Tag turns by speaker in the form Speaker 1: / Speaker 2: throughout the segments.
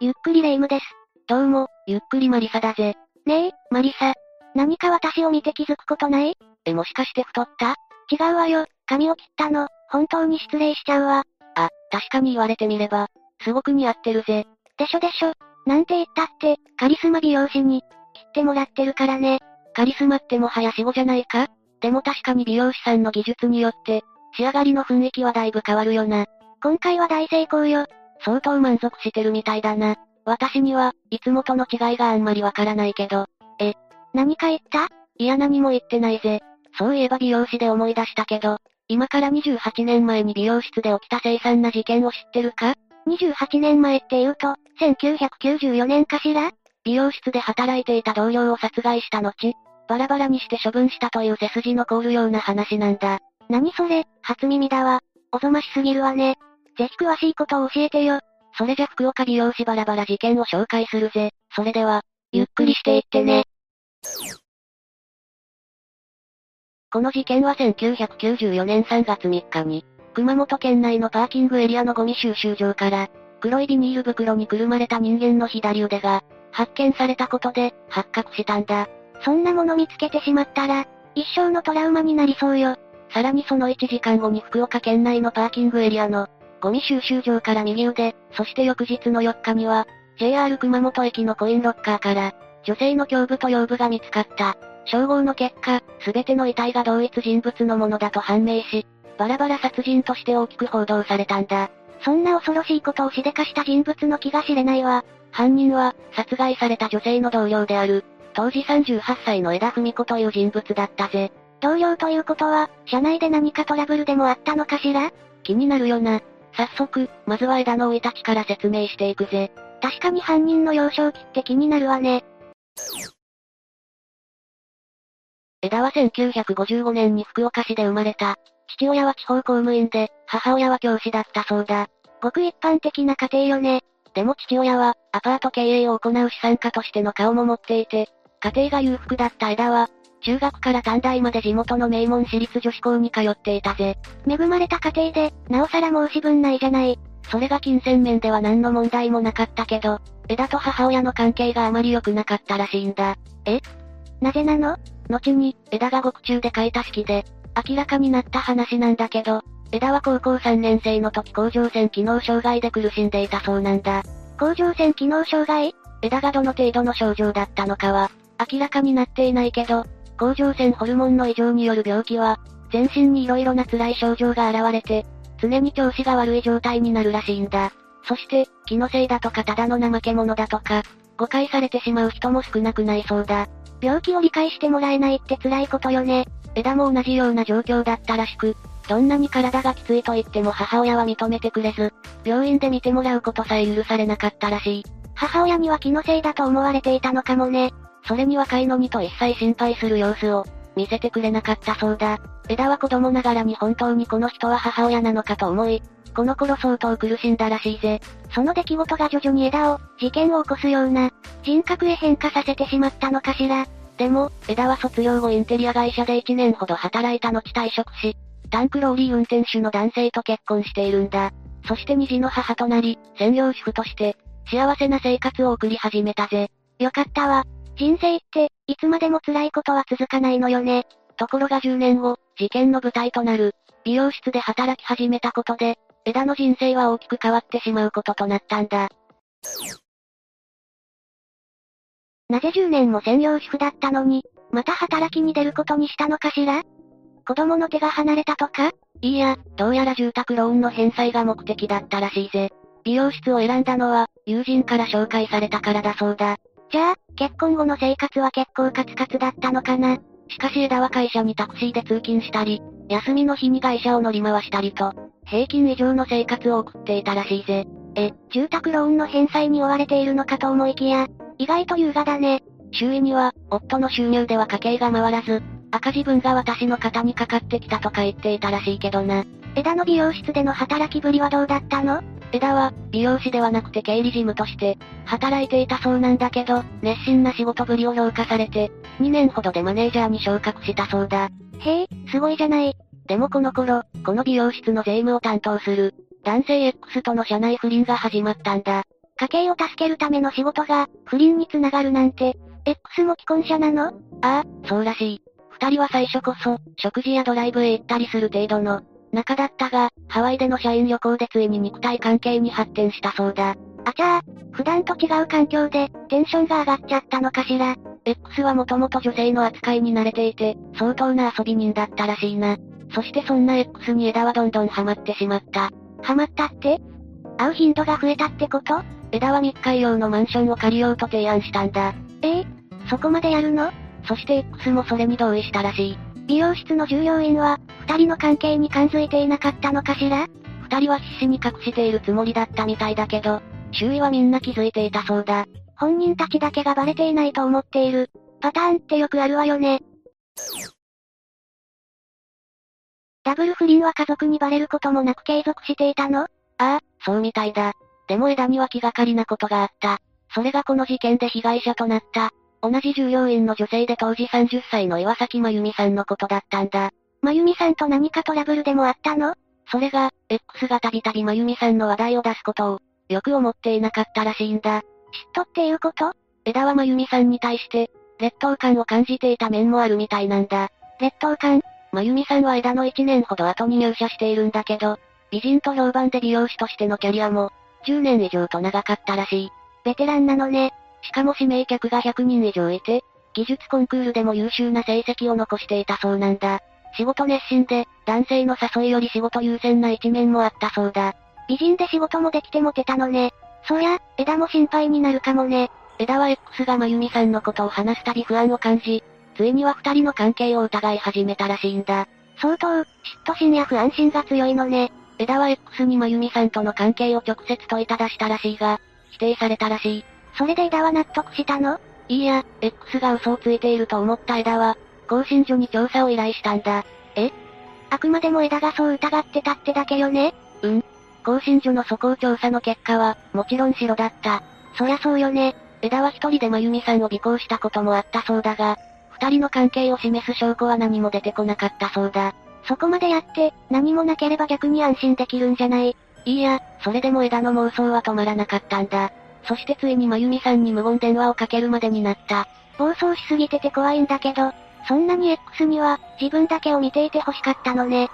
Speaker 1: ゆっくりレ夢ムです。
Speaker 2: どうも、ゆっくりマリサだぜ。
Speaker 1: ねえ、マリサ。何か私を見て気づくことない
Speaker 2: え、もしかして太った
Speaker 1: 違うわよ、髪を切ったの。本当に失礼しちゃうわ。
Speaker 2: あ、確かに言われてみれば、すごく似合ってるぜ。
Speaker 1: でしょでしょ。なんて言ったって、カリスマ美容師に、切ってもらってるからね。
Speaker 2: カリスマってもはや死語じゃないかでも確かに美容師さんの技術によって、仕上がりの雰囲気はだいぶ変わるよな。
Speaker 1: 今回は大成功よ。
Speaker 2: 相当満足してるみたいだな。私には、いつもとの違いがあんまりわからないけど、
Speaker 1: 何か言った
Speaker 2: いや何も言ってないぜ。そういえば美容師で思い出したけど、今から28年前に美容室で起きた凄惨な事件を知ってるか
Speaker 1: ?28 年前って言うと、1994年かしら
Speaker 2: 美容室で働いていた同僚を殺害した後、バラバラにして処分したという背筋の凍るような話なんだ。
Speaker 1: 何それ、初耳だわ。おぞましすぎるわね。ぜひ詳しいことを教えてよ。
Speaker 2: それじゃ福岡美容師バラバラ事件を紹介するぜ。それでは、
Speaker 1: ゆっくりしていってね。
Speaker 2: この事件は1994年3月3日に、熊本県内のパーキングエリアのゴミ収集場から、黒いビニール袋にくるまれた人間の左腕が、発見されたことで、発覚したんだ。
Speaker 1: そんなもの見つけてしまったら、一生のトラウマになりそうよ。
Speaker 2: さらにその1時間後に福岡県内のパーキングエリアの、ゴミ収集場から右腕、そして翌日の4日には、JR 熊本駅のコインロッカーから、女性の胸部と腰部が見つかった。照合の結果、すべての遺体が同一人物のものだと判明し、バラバラ殺人として大きく報道されたんだ。
Speaker 1: そんな恐ろしいことをしでかした人物の気が知れないわ。
Speaker 2: 犯人は、殺害された女性の同僚である、当時38歳の枝文子という人物だったぜ。
Speaker 1: 同僚ということは、社内で何かトラブルでもあったのかしら
Speaker 2: 気になるよな。早速、まずは枝の生い立ちから説明していくぜ。
Speaker 1: 確かに犯人の幼少期って気になるわね。
Speaker 2: 枝は1955年に福岡市で生まれた。父親は地方公務員で、母親は教師だったそうだ。
Speaker 1: ごく一般的な家庭よね。
Speaker 2: でも父親は、アパート経営を行う資産家としての顔も持っていて、家庭が裕福だった枝は、中学から短大まで地元の名門私立女子校に通っていたぜ。
Speaker 1: 恵まれた家庭で、なおさら申し分ないじゃない。
Speaker 2: それが金銭面では何の問題もなかったけど、枝と母親の関係があまり良くなかったらしいんだ。
Speaker 1: なぜなの
Speaker 2: 後に、枝が獄中で書いた式で、明らかになった話なんだけど、枝は高校3年生の時甲状腺機能障害で苦しんでいたそうなんだ。
Speaker 1: 甲状腺機能障害
Speaker 2: 枝がどの程度の症状だったのかは、明らかになっていないけど、甲状腺ホルモンの異常による病気は、全身に色々な辛い症状が現れて、常に調子が悪い状態になるらしいんだ。そして、気のせいだとかただの怠け者だとか、誤解されてしまう人も少なくないそうだ。
Speaker 1: 病気を理解してもらえないって辛いことよね。
Speaker 2: 枝も同じような状況だったらしく、どんなに体がきついと言っても母親は認めてくれず、病院で見てもらうことさえ許されなかったらしい。
Speaker 1: 母親には気のせいだと思われていたのかもね。
Speaker 2: それに若いのにと一切心配する様子を見せてくれなかったそうだ。枝は子供ながらに本当にこの人は母親なのかと思い、この頃相当苦しんだらしいぜ。
Speaker 1: その出来事が徐々に枝を、事件を起こすような、人格へ変化させてしまったのかしら。
Speaker 2: でも、枝は卒業後インテリア会社で1年ほど働いた後退職し、タンクローリー運転手の男性と結婚しているんだ。そして二児の母となり、専業主婦として、幸せな生活を送り始めたぜ。
Speaker 1: よかったわ。人生って、いつまでも辛いことは続かないのよね。
Speaker 2: ところが10年後、事件の舞台となる、美容室で働き始めたことで、枝の人生は大きく変わってしまうこととなったんだ。
Speaker 1: なぜ10年も専業主婦だったのに、また働きに出ることにしたのかしら子供の手が離れたとか
Speaker 2: いいや、どうやら住宅ローンの返済が目的だったらしいぜ。美容室を選んだのは、友人から紹介されたからだそうだ。
Speaker 1: じゃあ、結婚後の生活は結構カツカツだったのかな
Speaker 2: しかし枝は会社にタクシーで通勤したり、休みの日に会社を乗り回したりと、平均以上の生活を送っていたらしいぜ。
Speaker 1: え、住宅ローンの返済に追われているのかと思いきや、意外と優雅だね。
Speaker 2: 周囲には、夫の収入では家計が回らず、赤字分が私の肩にかかってきたとか言っていたらしいけどな。
Speaker 1: 枝の美容室での働きぶりはどうだったの
Speaker 2: 枝は、美容師ではなくて経理事務として、働いていたそうなんだけど、熱心な仕事ぶりを評価されて、2年ほどでマネージャーに昇格したそうだ。
Speaker 1: へえ、すごいじゃない。
Speaker 2: でもこの頃、この美容室の税務を担当する、男性 X との社内不倫が始まったんだ。
Speaker 1: 家計を助けるための仕事が、不倫につながるなんて、X も既婚者なの
Speaker 2: ああ、そうらしい。二人は最初こそ、食事やドライブへ行ったりする程度の、仲だったが、ハワイでの社員旅行でついに肉体関係に発展したそうだ。
Speaker 1: あちゃー、普段と違う環境で、テンションが上がっちゃったのかしら。
Speaker 2: X はもともと女性の扱いに慣れていて、相当な遊び人だったらしいな。そしてそんな X に枝はどんどんハマってしまった。
Speaker 1: ハマったって会う頻度が増えたってこと
Speaker 2: 枝は密会用のマンションを借りようと提案したんだ。
Speaker 1: ええそこまでやるの
Speaker 2: そして X もそれに同意したらしい。
Speaker 1: 美容室の従業員は、二人の関係に感づいていなかったのかしら
Speaker 2: 二人は必死に隠しているつもりだったみたいだけど、周囲はみんな気づいていたそうだ。
Speaker 1: 本人たちだけがバレていないと思っている。パターンってよくあるわよね。ダブル不倫は家族にバレることもなく継続していたの
Speaker 2: ああ、そうみたいだ。でも枝には気がかりなことがあった。それがこの事件で被害者となった。同じ従業員の女性で当時30歳の岩崎真由美さんのことだったんだ。
Speaker 1: まゆみさんと何かトラブルでもあったの
Speaker 2: それが、X がたびたび真由美さんの話題を出すことを、よく思っていなかったらしいんだ。
Speaker 1: 嫉妬っていうこと
Speaker 2: 枝は真由美さんに対して、劣等感を感じていた面もあるみたいなんだ。
Speaker 1: 劣等感
Speaker 2: 真由美さんは枝の1年ほど後に入社しているんだけど、美人と評判で美容師としてのキャリアも、10年以上と長かったらしい。
Speaker 1: ベテランなのね。
Speaker 2: しかも指名客が100人以上いて、技術コンクールでも優秀な成績を残していたそうなんだ。仕事熱心で、男性の誘いより仕事優先な一面もあったそうだ。
Speaker 1: 美人で仕事もできてモテたのね。そりゃ、枝も心配になるかもね。
Speaker 2: 枝は X が真由美さんのことを話すたび不安を感じ、ついには二人の関係を疑い始めたらしいんだ。
Speaker 1: 相当、嫉妬心や不安心が強いのね。
Speaker 2: 枝は X に真由美さんとの関係を直接問いただしたらしいが、否定されたらしい。
Speaker 1: それで枝は納得したの
Speaker 2: いいや、X が嘘をついていると思った枝は、更新所に調査を依頼したんだ。
Speaker 1: あくまでも枝がそう疑ってたってだけよね。
Speaker 2: 更新所の素行調査の結果は、もちろん白だった。
Speaker 1: そりゃそうよね。
Speaker 2: 枝は一人で真由美さんを尾行したこともあったそうだが、二人の関係を示す証拠は何も出てこなかったそうだ。
Speaker 1: そこまでやって、何もなければ逆に安心できるんじゃない。
Speaker 2: いいや、それでも枝の妄想は止まらなかったんだ。そしてついに真由美さんに無言電話をかけるまでになった。
Speaker 1: 暴走しすぎてて怖いんだけど、そんなに X には、自分だけを見ていて欲しかったのね。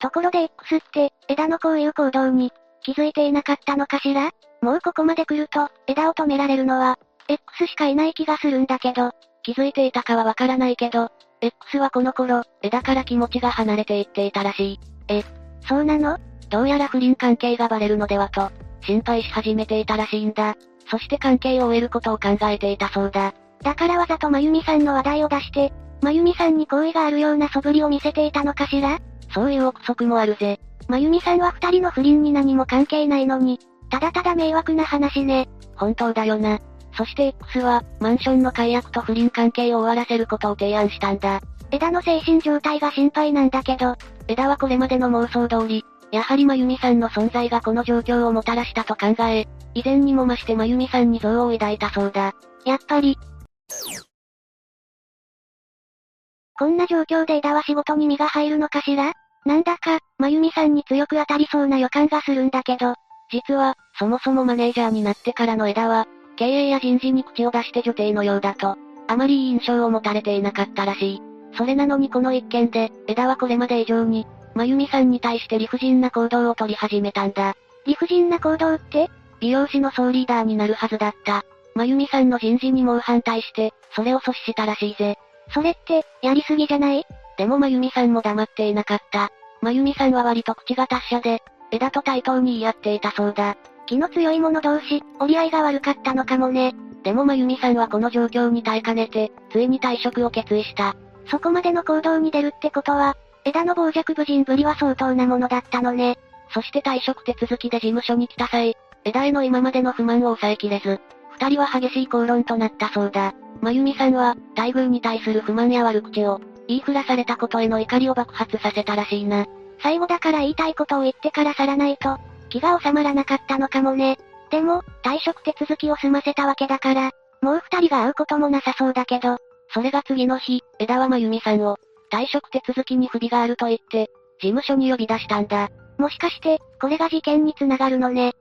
Speaker 1: ところで X って、枝のこういう行動に、気づいていなかったのかしらもうここまで来ると、枝を止められるのは、X しかいない気がするんだけど、
Speaker 2: 気づいていたかはわからないけど、X はこの頃、枝から気持ちが離れていっていたらしい。
Speaker 1: そうなの
Speaker 2: どうやら不倫関係がバレるのではと、心配し始めていたらしいんだ。そして関係を終えることを考えていたそうだ。
Speaker 1: だからわざと真由美さんの話題を出して、真由美さんに好意があるような素振りを見せていたのかしら
Speaker 2: そういう憶測もあるぜ。
Speaker 1: 真由美さんは二人の不倫に何も関係ないのに、ただただ迷惑な話ね。
Speaker 2: 本当だよな。そして X は、マンションの解約と不倫関係を終わらせることを提案したんだ。
Speaker 1: 枝の精神状態が心配なんだけど、
Speaker 2: 枝はこれまでの妄想通り、やはり真由美さんの存在がこの状況をもたらしたと考え、以前にも増して真由美さんに憎悪を抱いたそうだ。
Speaker 1: やっぱり。こんな状況で枝は仕事に身が入るのかしらなんだか、真由美さんに強く当たりそうな予感がするんだけど、
Speaker 2: 実は、そもそもマネージャーになってからの枝は、経営や人事に口を出して女帝のようだと、あまりいい印象を持たれていなかったらしい。それなのにこの一件で、枝はこれまで以上に、真由美さんに対して理不尽な行動を取り始めたんだ。
Speaker 1: 理不尽な行動って、
Speaker 2: 美容師の総リーダーになるはずだった。真由美さんの人事に猛反対して、それを阻止したらしいぜ。
Speaker 1: それって、やりすぎじゃない
Speaker 2: でも真由美さんも黙っていなかった。真由美さんは割と口が達者で、枝と対等に言い合っていたそうだ。
Speaker 1: 気の強い者同士、折り合いが悪かったのかもね。
Speaker 2: でも真由美さんはこの状況に耐えかねて、ついに退職を決意した。
Speaker 1: そこまでの行動に出るってことは、枝の傍若無人ぶりは相当なものだったのね。
Speaker 2: そして退職手続きで事務所に来た際、枝への今までの不満を抑えきれず、二人は激しい口論となったそうだ。真由美さんは、待遇に対する不満や悪口を、言いふらされたことへの怒りを爆発させたらしいな。
Speaker 1: 最後だから言いたいことを言ってから去らないと、気が収まらなかったのかもね。でも、退職手続きを済ませたわけだから、もう二人が会うこともなさそうだけど、
Speaker 2: それが次の日、枝は真由美さんを、退職手続きに不備があると言って、事務所に呼び出したんだ。
Speaker 1: もしかして、これが事件につながるのね。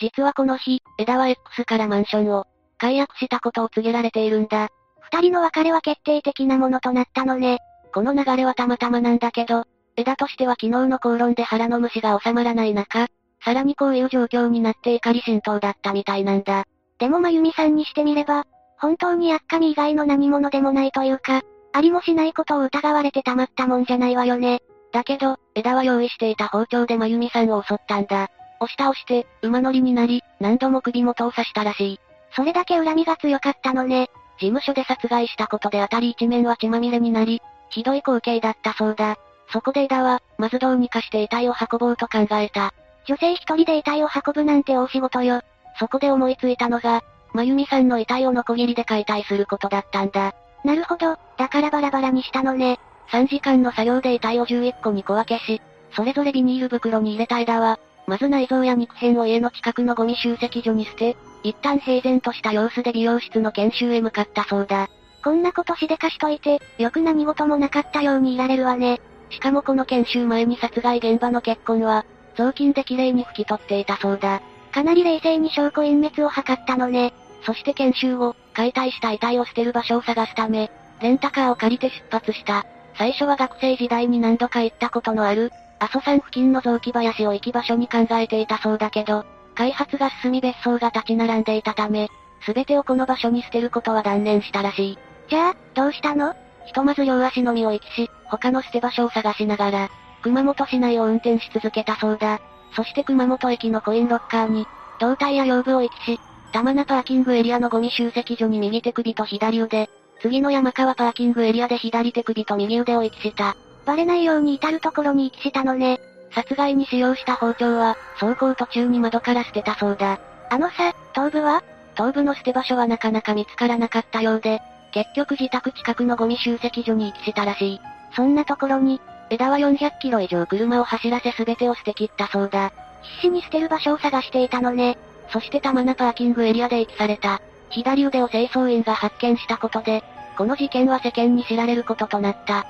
Speaker 2: 実はこの日、枝は X からマンションを解約したことを告げられているんだ。
Speaker 1: 二人の別れは決定的なものとなったのね。
Speaker 2: この流れはたまたまなんだけど、枝としては昨日の口論で腹の虫が収まらない中、さらにこういう状況になって怒り浸透だったみたいなんだ。
Speaker 1: でもまゆみさんにしてみれば、本当にやっかみ以外の何者でもないというか、ありもしないことを疑われてたまったもんじゃないわよね。
Speaker 2: だけど、枝は用意していた包丁でまゆみさんを襲ったんだ。押し倒して、馬乗りになり、何度も首元を刺したらしい。
Speaker 1: それだけ恨みが強かったのね。
Speaker 2: 事務所で殺害したことで辺り一面は血まみれになり、ひどい光景だったそうだ。そこで枝は、まずどうにかして遺体を運ぼうと考えた。
Speaker 1: 女性一人で遺体を運ぶなんて大仕事よ。
Speaker 2: そこで思いついたのが、まゆみさんの遺体をノコギリで解体することだったんだ。
Speaker 1: なるほど、だからバラバラにしたのね。
Speaker 2: 3時間の作業で遺体を11個に小分けし、それぞれビニール袋に入れた枝は、まず内臓や肉片を家の近くのゴミ集積所に捨て、一旦平然とした様子で美容室の研修へ向かったそうだ。
Speaker 1: こんなことしでかしといて、よく何事もなかったようにいられるわね。
Speaker 2: しかもこの研修前に殺害現場の血痕は、雑巾で綺麗に拭き取っていたそうだ。
Speaker 1: かなり冷静に証拠隠滅を図ったのね。
Speaker 2: そして研修後、解体した遺体を捨てる場所を探すため、レンタカーを借りて出発した。最初は学生時代に何度か行ったことのある、阿蘇山付近の雑木林を行き場所に考えていたそうだけど、開発が進み別荘が立ち並んでいたため、すべてをこの場所に捨てることは断念したらしい。
Speaker 1: じゃあ、どうしたの
Speaker 2: ひとまず両足のみを行きし、他の捨て場所を探しながら、熊本市内を運転し続けたそうだ。そして熊本駅のコインロッカーに、胴体や腰部を遺棄し、玉名パーキングエリアのゴミ集積所に右手首と左腕、次の山川パーキングエリアで左手首と右腕を遺棄した。
Speaker 1: バレないように至るところに遺棄したのね。
Speaker 2: 殺害に使用した包丁は、走行途中に窓から捨てたそうだ。
Speaker 1: あのさ、頭部は
Speaker 2: 頭部の捨て場所はなかなか見つからなかったようで、結局自宅近くのゴミ集積所に遺棄したらしい。
Speaker 1: そんなところに、
Speaker 2: 枝は400キロ以上車を走らせ全てを捨て切ったそうだ。
Speaker 1: 必死に捨てる場所を探していたのね。
Speaker 2: そして玉名パーキングエリアで遺棄された、左腕を清掃員が発見したことで、この事件は世間に知られることとなった。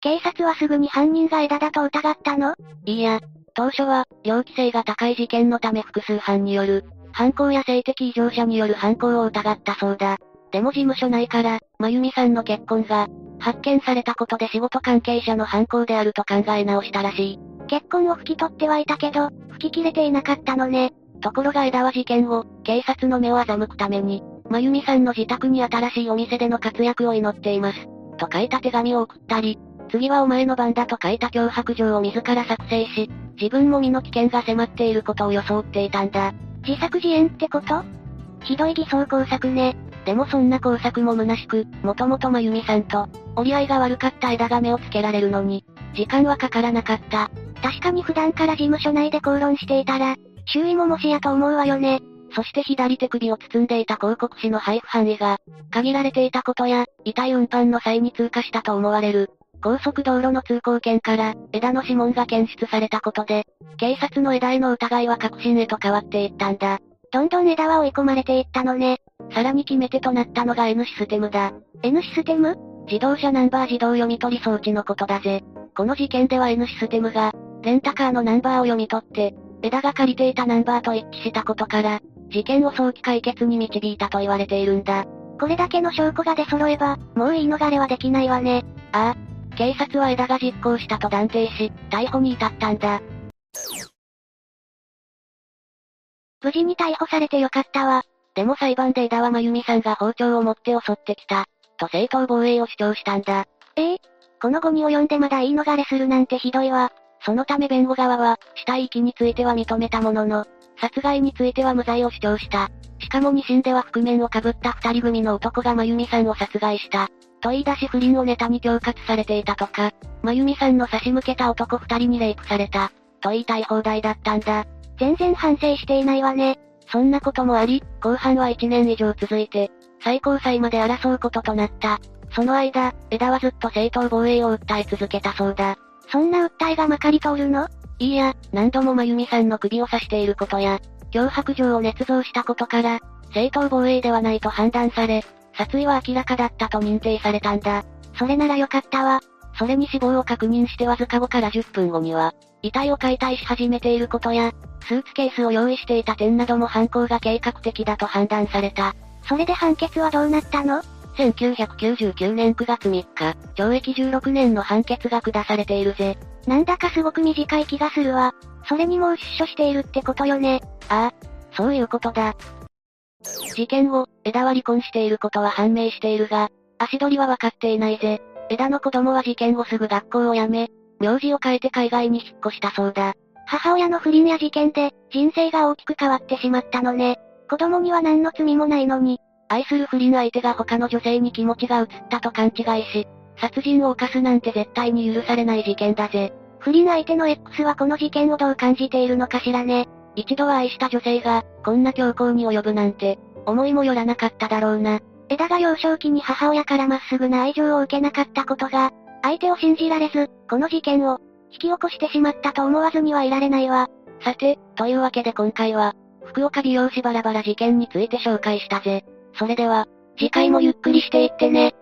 Speaker 1: 警察はすぐに犯人が枝だと疑ったの
Speaker 2: いや、当初は、猟奇性が高い事件のため複数犯による、犯行や性的異常者による犯行を疑ったそうだ。でも事務所内から、まゆみさんの結婚が、発見されたことで仕事関係者の犯行であると考え直したらしい。
Speaker 1: 結婚を拭き取ってはいたけど、拭ききれていなかったのね。
Speaker 2: ところが枝は事件後、警察の目を欺くために、まゆみさんの自宅に新しいお店での活躍を祈っています。と書いた手紙を送ったり、次はお前の番だと書いた脅迫状を自ら作成し、自分も身の危険が迫っていることを装っていたんだ。
Speaker 1: 自作自演ってことひどい偽装工作ね。
Speaker 2: でもそんな工作も虚しく、もともとまゆみさんと、折り合いが悪かった枝が目をつけられるのに、時間はかからなかった。
Speaker 1: 確かに普段から事務所内で口論していたら、周囲ももしやと思うわよね。
Speaker 2: そして左手首を包んでいた広告誌の配布範囲が、限られていたことや、遺体運搬の際に通過したと思われる。高速道路の通行券から、枝の指紋が検出されたことで、警察の枝への疑いは確信へと変わっていったんだ。
Speaker 1: どんどん枝は追い込まれていったのね。
Speaker 2: さらに決め手となったのが N システムだ。
Speaker 1: N システム
Speaker 2: 自動車ナンバー自動読み取り装置のことだぜ。この事件では N システムが、レンタカーのナンバーを読み取って、枝が借りていたナンバーと一致したことから、事件を早期解決に導いたと言われているんだ。
Speaker 1: これだけの証拠が出揃えば、もう言い逃れはできないわね。
Speaker 2: ああ。警察は枝が実行したと断定し、逮捕に至ったんだ。
Speaker 1: 無事に逮捕されてよかったわ。
Speaker 2: でも裁判で枝は真由美さんが包丁を持って襲ってきた、と正当防衛を主張したんだ。
Speaker 1: ええこの後に及んでまだ言い逃れするなんてひどいわ。
Speaker 2: そのため弁護側は、死体遺棄については認めたものの、殺害については無罪を主張した。しかも二審では覆面をかぶった二人組の男が真由美さんを殺害した。と言い出し不倫をネタに恐喝されていたとか、真由美さんの差し向けた男二人にレイプされた。と言いたい放題だったんだ。
Speaker 1: 全然反省していないわね。
Speaker 2: そんなこともあり、後半は1年以上続いて、最高裁まで争うこととなった。その間、枝はずっと正当防衛を訴え続けたそうだ。
Speaker 1: そんな訴えがまかり通るの
Speaker 2: いいや、何度も真由美さんの首を刺していることや、脅迫状を捏造したことから、正当防衛ではないと判断され、殺意は明らかだったと認定されたんだ。
Speaker 1: それならよかったわ。
Speaker 2: それに死亡を確認してわずか5から10分後には、遺体を解体し始めていることや、スーツケースを用意していた点なども犯行が計画的だと判断された。
Speaker 1: それで判決はどうなったの
Speaker 2: 1999年9月3日、懲役16年の判決が下されているぜ。
Speaker 1: なんだかすごく短い気がするわ。それにもう出所しているってことよね。
Speaker 2: ああ、そういうことだ。事件後、枝は離婚していることは判明しているが、足取りは分かっていないぜ。枝の子供は事件後すぐ学校を辞め、名字を変えて海外に引っ越したそうだ。
Speaker 1: 母親の不倫や事件で、人生が大きく変わってしまったのね。子供には何の罪もないのに。
Speaker 2: 愛する不倫相手が他の女性に気持ちが移ったと勘違いし、殺人を犯すなんて絶対に許されない事件だぜ。
Speaker 1: 不倫相手の X はこの事件をどう感じているのかしらね。
Speaker 2: 一度は愛した女性が、こんな強行に及ぶなんて、思いもよらなかっただろうな。
Speaker 1: 枝が幼少期に母親からまっすぐな愛情を受けなかったことが、相手を信じられず、この事件を、引き起こしてしまったと思わずにはいられないわ。
Speaker 2: さて、というわけで今回は、福岡美容師バラバラ事件について紹介したぜ。それでは、
Speaker 1: 次回もゆっくりしていってね。